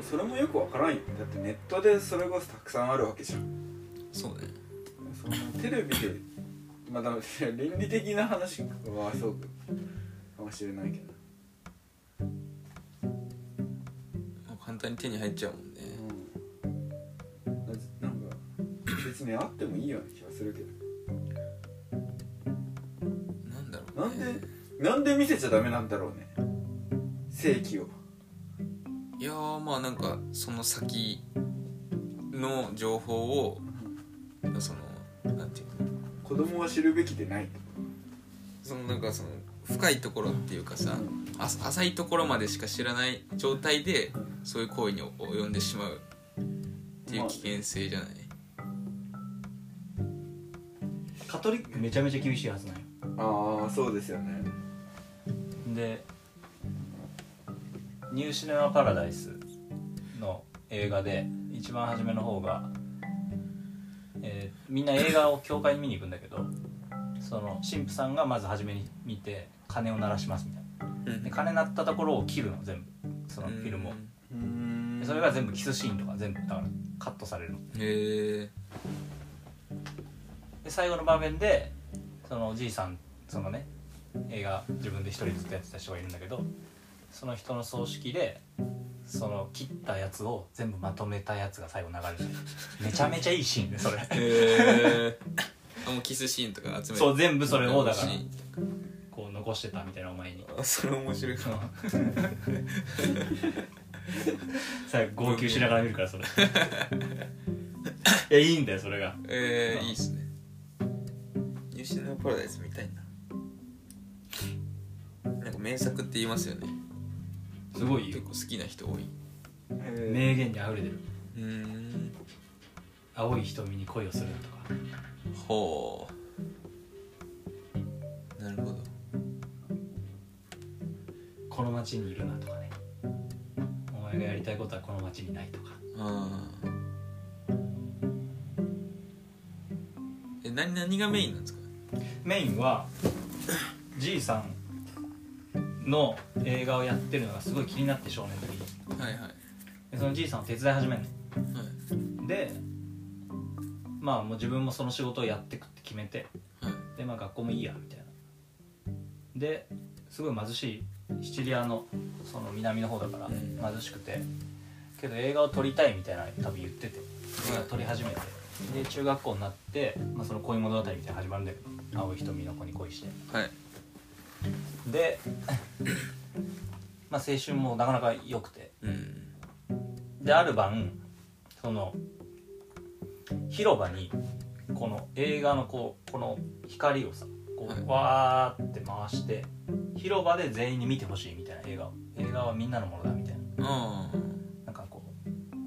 それもよくわからんよだってネットでそれこそたくさんあるわけじゃんそうねそんなテレビでまあだめ倫理的な話はそうかもしれないけど、もう簡単に手に入っちゃうもんねうん、なぜなんか別にあってもいいような気がするけどなんだろう、なんでなんで見せちゃダメなんだろうね正規をいやーまあなんかその先の情報をそのなんていうの子供は知るべきでないそのなんかその深いところっていうかさあ浅いところまでしか知らない状態でそういう行為に及んでしまうっていう危険性じゃない、カトリックめちゃめちゃ厳しいはずなんよああそうですよねで「ニューシネマ・パラダイス」の映画で一番初めの方が、えーみんな映画を教会に見に行くんだけどその神父さんがまず初めに見て鐘を鳴らしますみたいなうんで鐘鳴ったところを切るの全部そのフィルムをうーんでそれが全部キスシーンとか全部だからカットされるのへえで最後の場面でそのおじいさんそのね映画自分で一人ずっとやってた人がいるんだけどその人の葬式でその切ったやつを全部まとめたやつが最後流れてめちゃめちゃいいシーンでそ れへえもうキスシーンとか集めてそう全部それをだかシらーンこう残してたみたいなお 前にあそれ面白いかも最後号泣しながら見るか らそれいやいいんだよそれがえうー、んいいっすねニューシネマパラダイス見たいななんか名作って言いますよねすごい結よ構好きな人多い名言にあふれてるうーん「青い瞳に恋をする」とかほうなるほど「この街にいるな」とかね「お前がやりたいことはこの街にない」とかああえ何何がメインなんですかメインはじいさんの映画をやってるのがすごい気になって少年の時にはいはいはいでそのじいさんを手伝い始めるのでまあもう自分もその仕事をやってくって決めてはいでまあ学校もいいやみたいなですごい貧しいシチリアのその南の方だかうんら貧しくてけど映画を撮りたいみたいな多分言ってて映画を撮り始めてで中学校になって、まあ、その恋物語みたいなのが始まるんだけど青い瞳の子に恋してはいで まあ青春もなかなか良くてうんである晩その広場にこの映画のこうこの光をさこはいうわーって回して広場で全員に見てほしいみたいな映画を映画はみんなのものだみたいなあなんかこ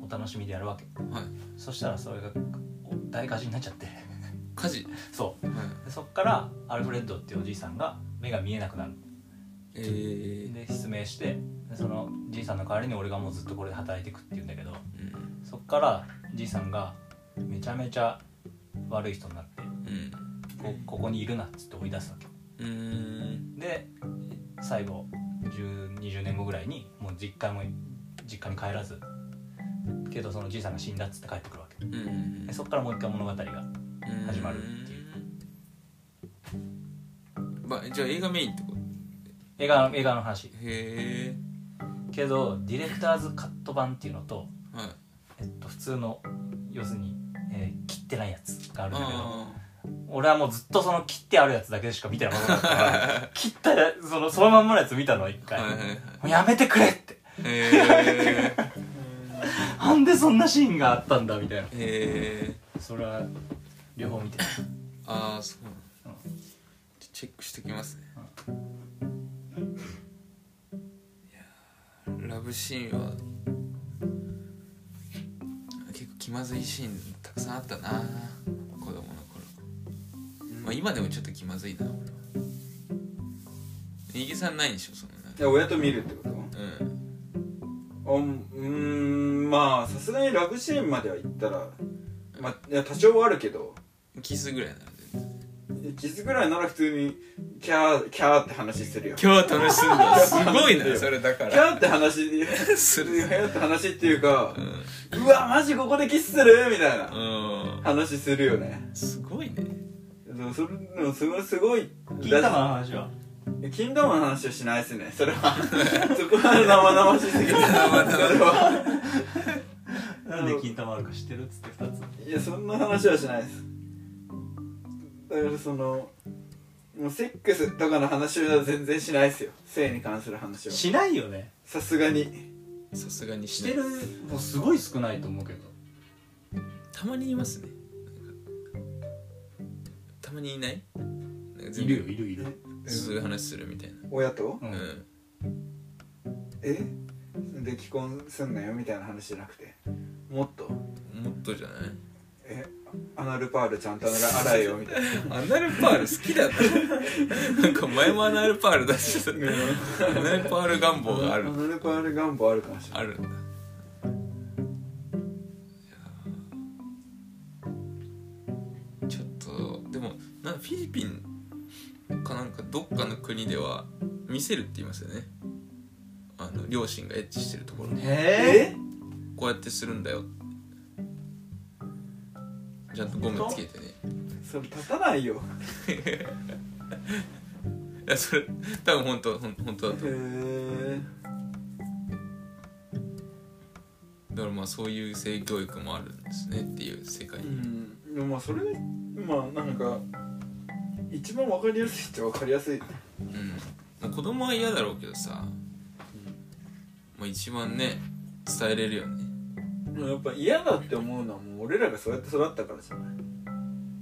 うお楽しみでやるわけあはいそしたらそれがこう大火事になっちゃって 家事そはいうでそっからアルフレッドっていうおじいさんが目が見えなくなるえーで失明してでそのじいさんの代わりに俺がもうずっとこれで働いていくっていうんだけどうんそっからじいさんがめちゃめちゃ悪い人になってうんこここにいるなっつって追い出すわけうーんで最後10 20年後ぐらいにもう実家も実家に帰らずけどそのじいさんが死んだっつって帰ってくるわけうんでそっからもう一回物語が始まるっていううんまあじゃあ映画メインってこと映画映画の話へえけどディレクターズカット版っていうのと、はいえっと、普通の要するに、えー切ってないやつがあるんだけどあ俺はもうずっとその切ってあるやつだけしか見てなかったから切ったやそのそのまんまのやつ見たの一あ回、はいはいはいもうやめてくれってへえなんでそんなシーンがあったんだみたいなへえそれは両方見てああそうなんうだちょチェックしてきますねいやーラブシーンは結構気まずいシーンたくさんあったな子供の頃、まあ、今でもちょっと気まずいな俺は右さんないんでしょそのなんかいや親と見るってことうんあうんうーんまあさすがにラブシーンまでは行ったらまあいや多少はあるけどキスぐらいなら全然キスぐらいなら普通にキャーキャーって話するよキ今日楽しんだすごいなそれだかャらーって話すするるよって話っていうか、うわマジここでキスするみたいなうん話するよねすごいねでもそれでもすごいすごい銀玉の話は金玉の話はしないですねそれはそこは生々しすぎるそれはなんで金玉あるか知ってるっつって2ついやそんな話はしないですだからそのもうセックスとかの話は全然しないですよ性に関する話はしないよねさすがにさすがにししててるるもうすごい少ないと思うけどたまにいますねたまにいないなんか全い部るよいるいるそういう話するみたいな親とうんうんえで既婚すんなよみたいな話じゃなくてもっともっとじゃないえアナルパールちゃんと洗えよみたいなアナルパール好きだった なんか前もアナルパール出してた ねアナルパール願望があるアナルパール願望あるかもしれないあるんだいやーちょっとでもなフィリピンかなんかどっかの国では見せるって言いますよねあの両親がエッチしてるところええこうやってするんだよちゃんとゴムつけてねそれ立たないよいやそれ多分本当ほん本当だとへえだからまあそういう性教育もあるんですねっていう世界うに、んでもまあそれでまあなんか一番わかりやすいっちゃわかりやすいうん、子供は嫌だろうけどさ、まあ、一番ね伝えれるよねでもやっぱ嫌だって思うのはもう俺らがそうやって育ったからじゃない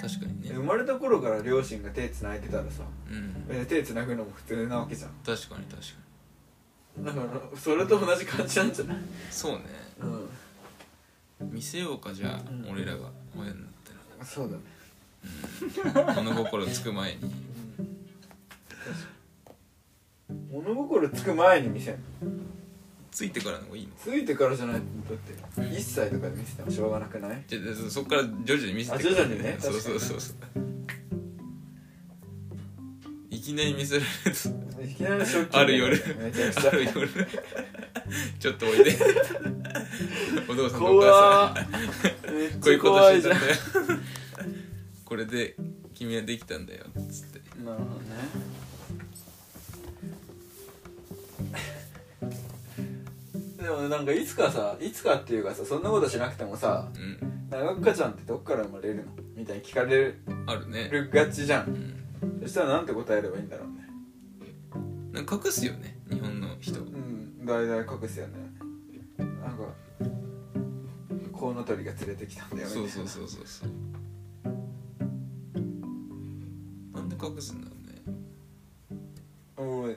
確かにね生まれた頃から両親が手繋いでたらさうんえ手繋ぐのも普通なわけじゃ確かに確かんだからそれと同じ感じなんじゃないにそうねうん見せようかじゃあ、うん俺らが親になっそうだねたら物心つく前に物心つく前に見せんのついてからの方がいいのついてからじゃないとだって1歳とかで見せてもしょうがなくないじゃあそっから徐々に見せてあ徐々にねそうそうそうそういきなり見せられるといきなり初期ある夜めちゃくちあゃる夜ちょっとおいで お父さんとお母さん怖 っめっこうちいゃうこと怖いしてじたゃんんだよこれで君はできたんだよつってなるほどね でもなんかいつかさいつかっていうかさそんなことしなくてもさうん「長岡ちゃんってどっから生まれるの?」みたいに聞かれあるねるがちじゃうんんそしたらなんて答えればいいんだろうねなんか隠すよね日本の人うん大々隠すよねなんかコウノトリが連れてきたんだよみたいなそうそうそうそうそうなんで隠すんだろうねおい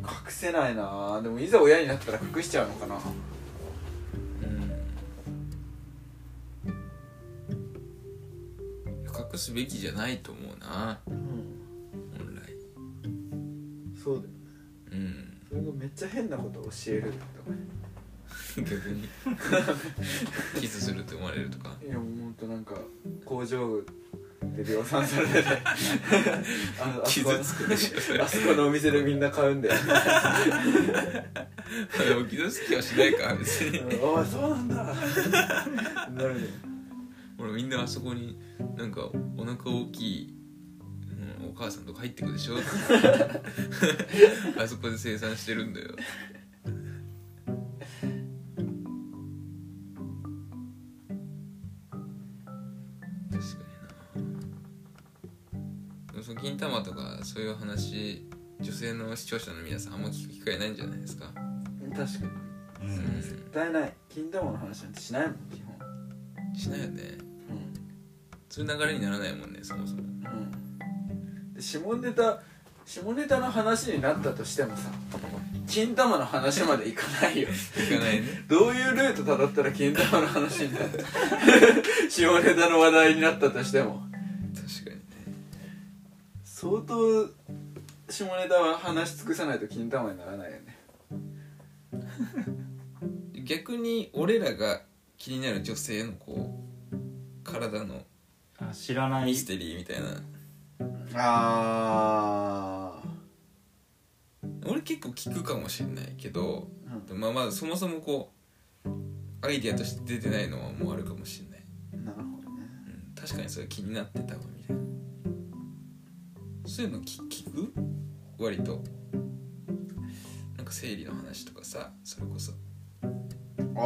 隠せないなでもいざ親になったら隠しちゃうのかなうん隠すべきじゃないと思うなうん本来そうだようんそれがめっちゃ変なことを教えるとかね逆にキスするって思われるとか いやもうほんとなんか工場で量産され てああそこ傷つくでしょそれあそこのお店でみんな買うんだよ、でも傷つきはしないから別うにんおいそうなんだなるね俺みんなあそこになんかお腹大きい、うん、お母さんとか入ってくでしょ あそこで生産してるんだよ確かになでもその金玉とかそういう話女性の視聴者の皆さんあんま聞く機会ないんじゃないですか、確かにううんん、絶対ない金玉の話なんてしないもん基本しないよねうんそういう流れにならないもんねそもそもうんで下ネタ下ネタの話になったとしてもさ金玉の話までいかないよ聞かないねどういうルートたどったら金玉の話になる下ネタの話題になったとしても 確かに相当下ネタは話し尽くさないと金玉にならないよね逆に俺らが気になる女性のこう体のあ知らないミステリーみたいなあ俺結構聞くかもしれないけど、うまあまあそもそもこうアイディアとして出てないのはもうあるかもしれない、ーなるほどねうん、確かにそれ気になってたわみたいなそういうの聞聞く割となんか生理の話とかさそれこそああ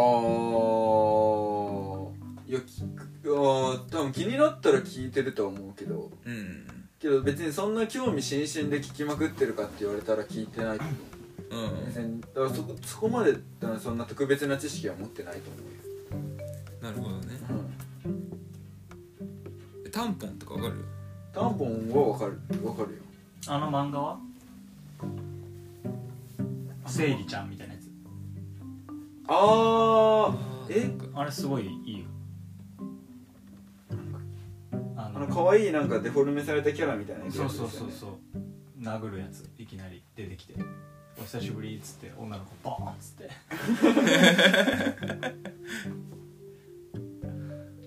いや聞くあー多分気になったら聞いてるとは思うけどうんけど別にそんな興味津々で聞きまくってるかって言われたら聞いてないと思ううん 別にだからそこそこまでだからそんな特別な知識は持ってないと思なるほどねうよ、タンポンとかわかるタンポンはわかるわかるよあの漫画は生理ちゃんみたいなやつああえあれすごいいいよあああの可愛いなんかデフォルメされたキャラみたいなやつそでうすそようねそうそう殴るやついきなり出てきて「お久しぶり」っつって女の子ボーンっつって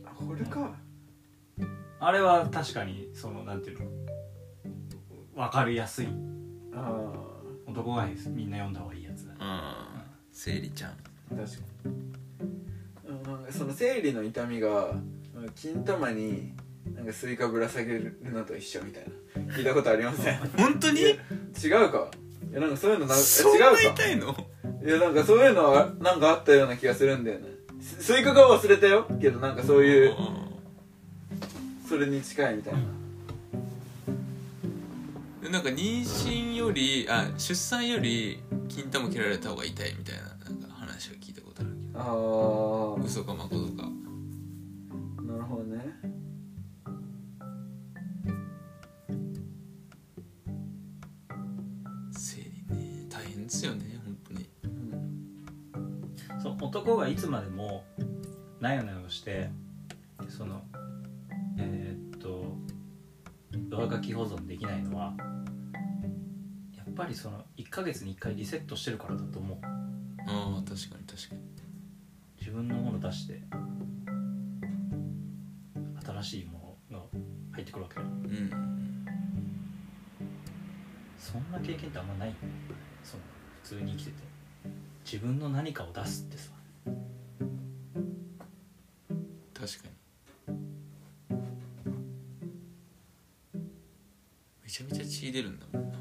あこれかあれは確かにそのなんていうの分かりやすいあ男がみんな読んだ方がいいやつだあ生理ちゃんあ確かにうんなんかその生理の痛みがうん金玉になんかスイカぶら下げるのと一緒みたいな聞いたことありません本当に違うかいやなんかそういうのなえそんな違うか痛いのいやなんかそういうのはなんかあったような気がするんだよねススイカが忘れたよけどなんかそういうそれに近いみたいなうんなんか妊娠よりあ出産より金玉切られた方が痛いみたいななんか話を聞いたことあるけあどー嘘かまことかなるほどね生理ね大変ですよね本当にうんそう男がいつまでもなよなよしてそのえーっと上書き保存できないのはやっぱりその1ヶ月に1回リセットしてるからだと思うああ確かに確かに自分のもの出して新しいものが入ってくるわけようんそんな経験ってあんまないよねその普通に生きてて自分の何かを出すってさ確かにめちゃめちゃ血出るんだもんな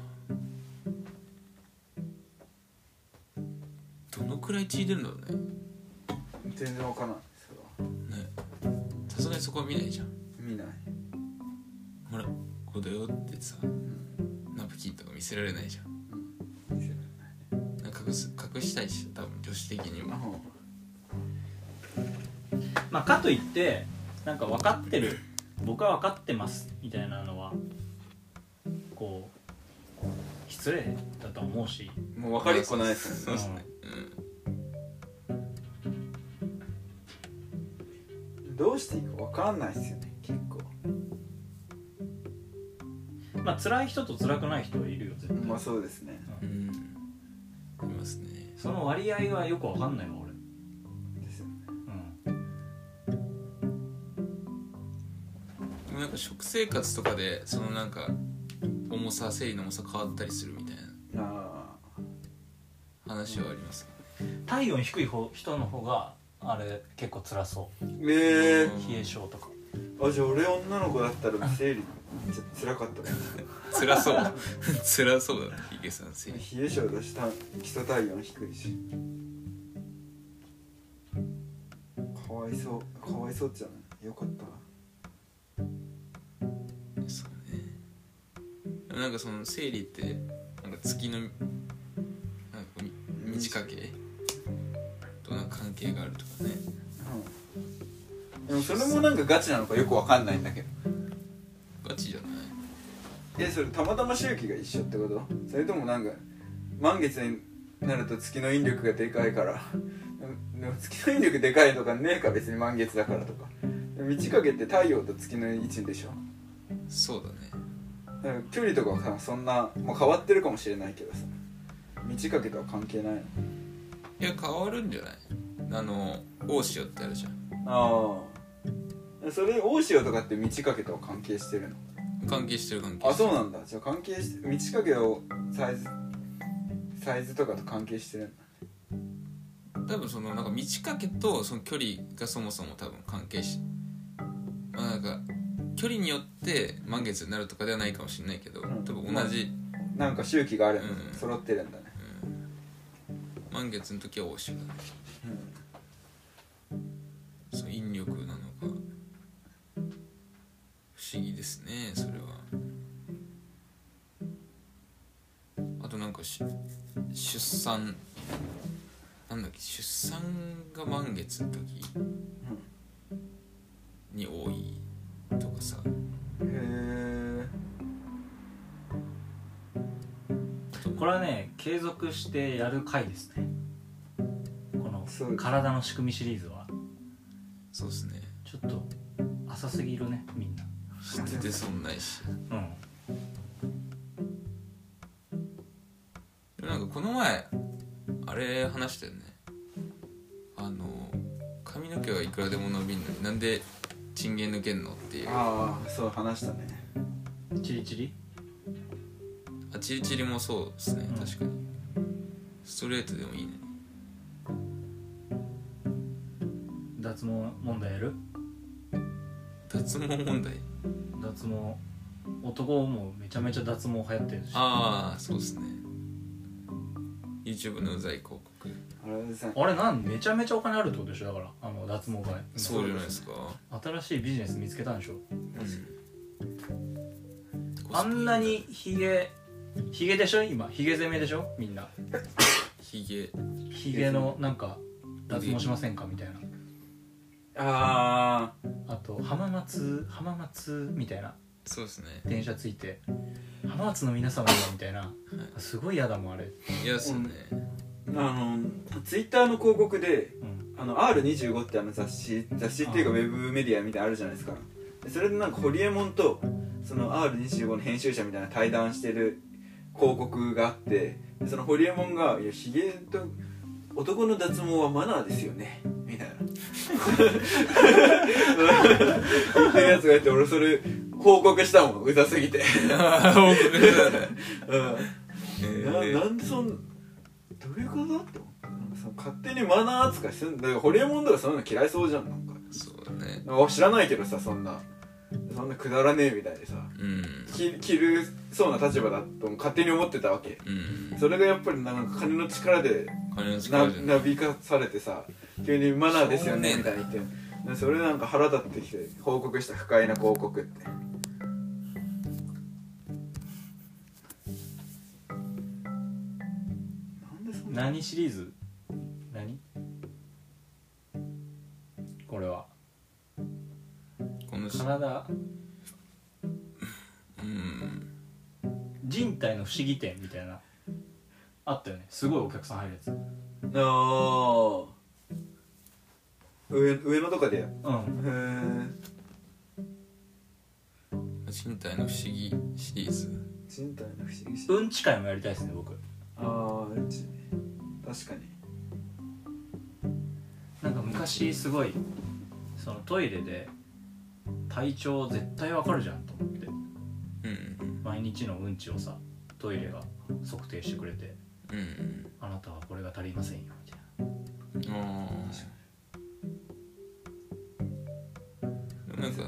どのくらい血出るんだろうね全然わからないそれはねさすがにそこは見ないじゃん見ないほらこうだよってさナプキンとか見せられないじゃん見せるなんか隠す隠したいし多分女子的にあもまあ、かといってなんか分かってる僕は分かってますみたいなのはこう失礼だと思うしもう分かりっこないですそうもんですねねうんどうしていいかわかんないですよね結構まあ辛い人と辛くない人はいるよ絶対、まあそうですねうんいますねその割合はよく分かんないわ俺、ですよねうん、でもなんか食生活とかでそのなんか重さ生理の重さ変わったりするみたいあな話はありますけど体温低い方人の方があれ結構辛そうーええ冷え性とかあじゃあ俺女の子だったら生理めっちゃ辛かったかも辛そう 辛そうだなヒゲさん生理冷え性だし単基礎体温低いしかわいそうかわいそうじゃないよかったわそうねでもなんかその生理ってなんか月のなんかこうみ満ち欠けとなんか関係があるとかねでもそれもなんかガチなのかよくわかんないんだけどガチじゃないえそれたまたま周期が一緒ってことそれともなんか満月になると月の引力がでかいからでも月の引力でかいとかねえか別に満月だからとかでも満ち欠けって太陽と月の位置でしょそうだねだから距離とかはさそんな、まあ、変わってるかもしれないけどさ満ち欠けとは関係ないのいや変わるんじゃないあの大潮ってあるじゃんああそれ大潮とかって満ち欠けとは関係してるの関係してる関係あしてそるうなんだじゃあ関係して道かけをサイズサイズとかと関係してるんだ多分そのなんか道かけとその距離がそもそも多分関係しまあなんか距離によって満月になるとかではないかもしれないけど、ん多分同じなんか周期があるんだ、うん揃ってるんだね満月の時は大潮だね、その引力なのか不思議ですねそれはあとなんかし出産なんだっけ出産が満月の時に多いとかさへこれはね継続してやる回ですねこのそう体の仕組みシリーズはそうですねちょっと浅すぎるねみんな知ってて損ないしうんでもなんかこの前あれ話したよねあの髪の毛はいくらでも伸びんのになんでチンゲン抜けんのっていえうあああそう話したねチリチリチリチリもそうですねうん確かにストレートでもいいね脱毛問題やる脱毛問題脱毛男もめちゃめちゃ脱毛流行ってるしあああそうですね YouTube のうざい広告あれされなんめちゃめちゃお金あるってことでしょだからあの脱毛がそうじゃないですか新しいビジネス見つけたんでしょうんあんなにヒゲヒゲでしょ今ヒゲ攻めでしょみんなヒゲヒゲのなんか脱毛しませんかみたいなああと浜松浜松みたいなそうですね電車ついて浜松の皆様だみたいなすごい嫌だもんあれいやっすよねあのツイッターの広告でうんあの R25 ってあの雑誌雑誌っていうかあウあェブメディアみたいなのあるじゃないですかでそれでなんかホリエモンとその R25 の編集者みたいな対談してる広告があってでそのホリエモンが「いやヒゲと男の脱毛はマナーですよね」みたいな言ってるやつがいて俺それ報告したもんうざすぎて、う んななんでそんどういうことって思ったなんかその勝手にマナー扱いするんだからホリエモンとかそういうの嫌いそうじゃんなんかそうだねなんか知らないけどさそんなそんなくだらねえみたいでさうんき着るそうな立場だと勝手に思ってたわけうんそれがやっぱりなんか金の力で金の力なじゃないなびかされてさ急にマナーですよねしょうみがたねいに言ってそれなんか腹立ってきて報告した不快な広告ってなんでそんな何シリーズ何これはこのし体うん人体の不思議点みたいなあったよねすごいお客さん入るやつあー上上野とかでへうんえ人体の不思議シリーズ人体の不思議しうんち会もやりたいですね僕ああうんち確かになんか昔すごいそのトイレで体調絶対わかるじゃんと思ってうん毎日のうんちをさトイレが測定してくれてうんあなたはこれが足りませんよみたいうんああなんか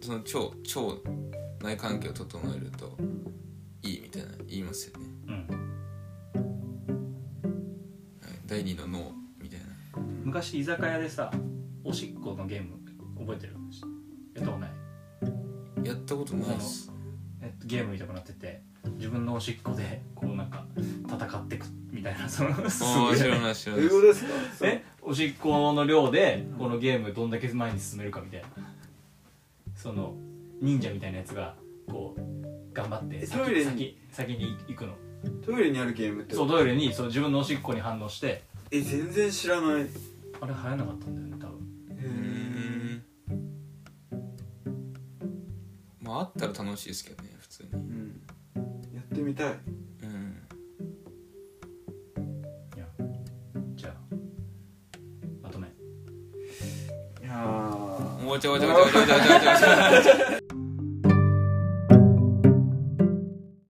その腸腸内環境を整えるといいみたいな言いますよねなうんはい第二の脳みたいな昔居酒屋でさおしっこのゲーム覚えてるやったことないやったことないっすえっとゲームみたくなってて自分のおしっこでこうなんか戦ってくみたいなそのすあごあい知らない知どらうないいうっことすですかえおしっこの量でこのゲームどんだけ前に進めるかみたいなその忍者みたいなやつがこう頑張って先トイレに先先に行くのトイレにあるゲームってそうトイレにそう自分のおしっこに反応してえ全然知らないへあれ流行らなかったんだよね多分うえんまああったら楽しいですけどね普通にうんやってみたいうんいやじゃあまとめいやーおちゃおちゃおちゃおちゃおちゃおちゃおちゃ